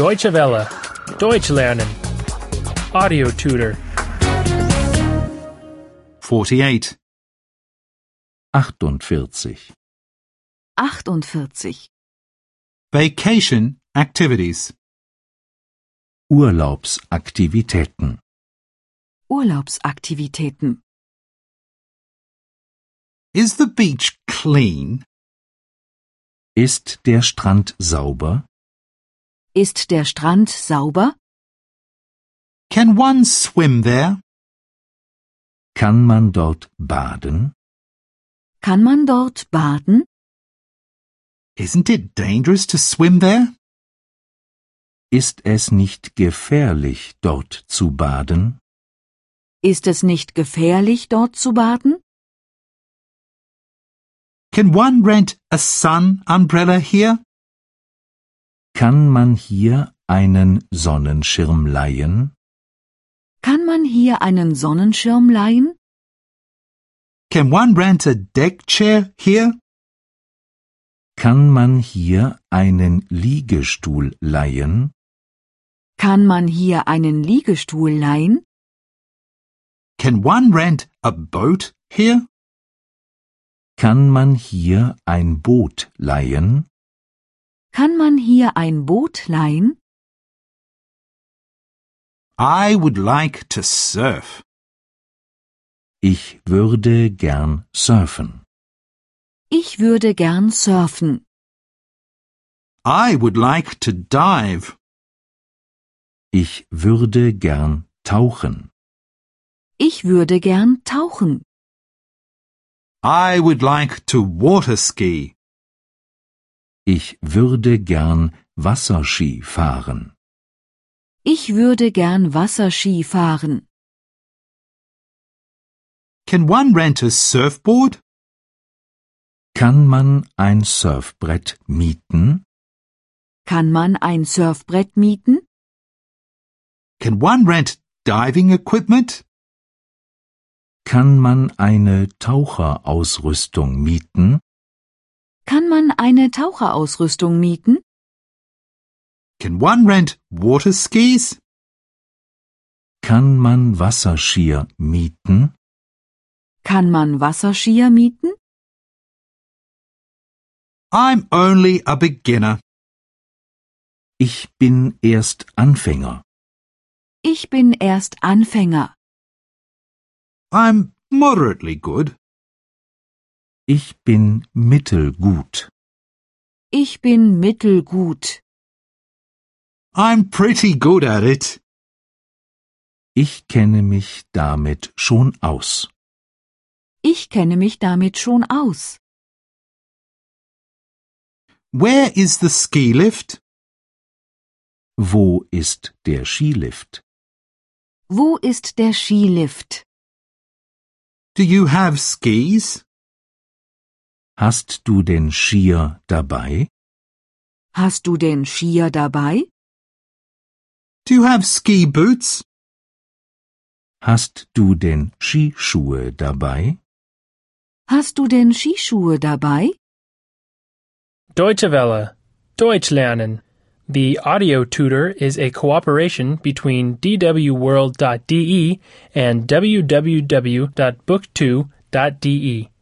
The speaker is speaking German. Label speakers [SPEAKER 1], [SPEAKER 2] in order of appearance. [SPEAKER 1] Deutsche Welle. Deutsch lernen. Audio tutor.
[SPEAKER 2] 48.
[SPEAKER 3] 48.
[SPEAKER 4] 48.
[SPEAKER 2] Vacation activities.
[SPEAKER 3] Urlaubsaktivitäten.
[SPEAKER 4] Urlaubsaktivitäten.
[SPEAKER 2] Is the beach clean?
[SPEAKER 3] Ist der Strand sauber?
[SPEAKER 4] Ist der Strand sauber?
[SPEAKER 2] Can one swim there?
[SPEAKER 3] Kann man dort baden?
[SPEAKER 4] Kann man dort baden?
[SPEAKER 2] Isn't it dangerous to swim there?
[SPEAKER 3] Ist es nicht gefährlich, dort zu baden?
[SPEAKER 4] Ist es nicht gefährlich, dort zu baden?
[SPEAKER 2] Can one rent a sun umbrella here?
[SPEAKER 3] Kann man hier einen Sonnenschirm leihen?
[SPEAKER 4] Kann man hier einen Sonnenschirm leihen?
[SPEAKER 2] Can one rent a deck chair here?
[SPEAKER 3] Kann man hier einen Liegestuhl leihen?
[SPEAKER 4] Kann man hier einen Liegestuhl leihen?
[SPEAKER 2] Can one rent a boat here?
[SPEAKER 3] Kann man hier ein Boot leihen?
[SPEAKER 4] Kann man hier ein Boot leihen?
[SPEAKER 2] I would like to surf.
[SPEAKER 3] Ich würde gern surfen.
[SPEAKER 4] Ich würde gern surfen.
[SPEAKER 2] I would like to dive.
[SPEAKER 3] Ich würde gern tauchen.
[SPEAKER 4] Ich würde gern tauchen.
[SPEAKER 2] I would like to water ski.
[SPEAKER 3] Ich würde gern Wasserski fahren.
[SPEAKER 4] Ich würde gern Wasserski fahren.
[SPEAKER 2] Can one rent a surfboard?
[SPEAKER 3] Kann man ein Surfbrett mieten?
[SPEAKER 4] Kann man ein Surfbrett mieten?
[SPEAKER 2] Can one rent diving equipment?
[SPEAKER 3] Kann man eine Taucherausrüstung mieten?
[SPEAKER 4] Kann man eine Taucherausrüstung mieten?
[SPEAKER 2] Can one rent water skis?
[SPEAKER 3] Kann man Wasserskier mieten?
[SPEAKER 4] Kann man Wasserskier mieten?
[SPEAKER 2] I'm only a beginner.
[SPEAKER 3] Ich bin erst Anfänger.
[SPEAKER 4] Ich bin erst Anfänger.
[SPEAKER 2] I'm moderately good.
[SPEAKER 3] Ich bin mittelgut.
[SPEAKER 4] Ich bin mittelgut.
[SPEAKER 2] I'm pretty good at it.
[SPEAKER 3] Ich kenne mich damit schon aus.
[SPEAKER 4] Ich kenne mich damit schon aus.
[SPEAKER 2] Where is the ski lift?
[SPEAKER 3] Wo ist der Skilift?
[SPEAKER 4] Wo ist der Skilift?
[SPEAKER 2] Do you have skis?
[SPEAKER 3] Hast du den Skier dabei?
[SPEAKER 4] Hast du den Skier dabei?
[SPEAKER 2] Do you have ski boots?
[SPEAKER 3] Hast du den Skischuhe dabei?
[SPEAKER 4] Hast du denn Skischuhe dabei?
[SPEAKER 1] Deutsche Welle. Deutsch lernen. The audio tutor is a cooperation between E dwworld.de and www.book2.de.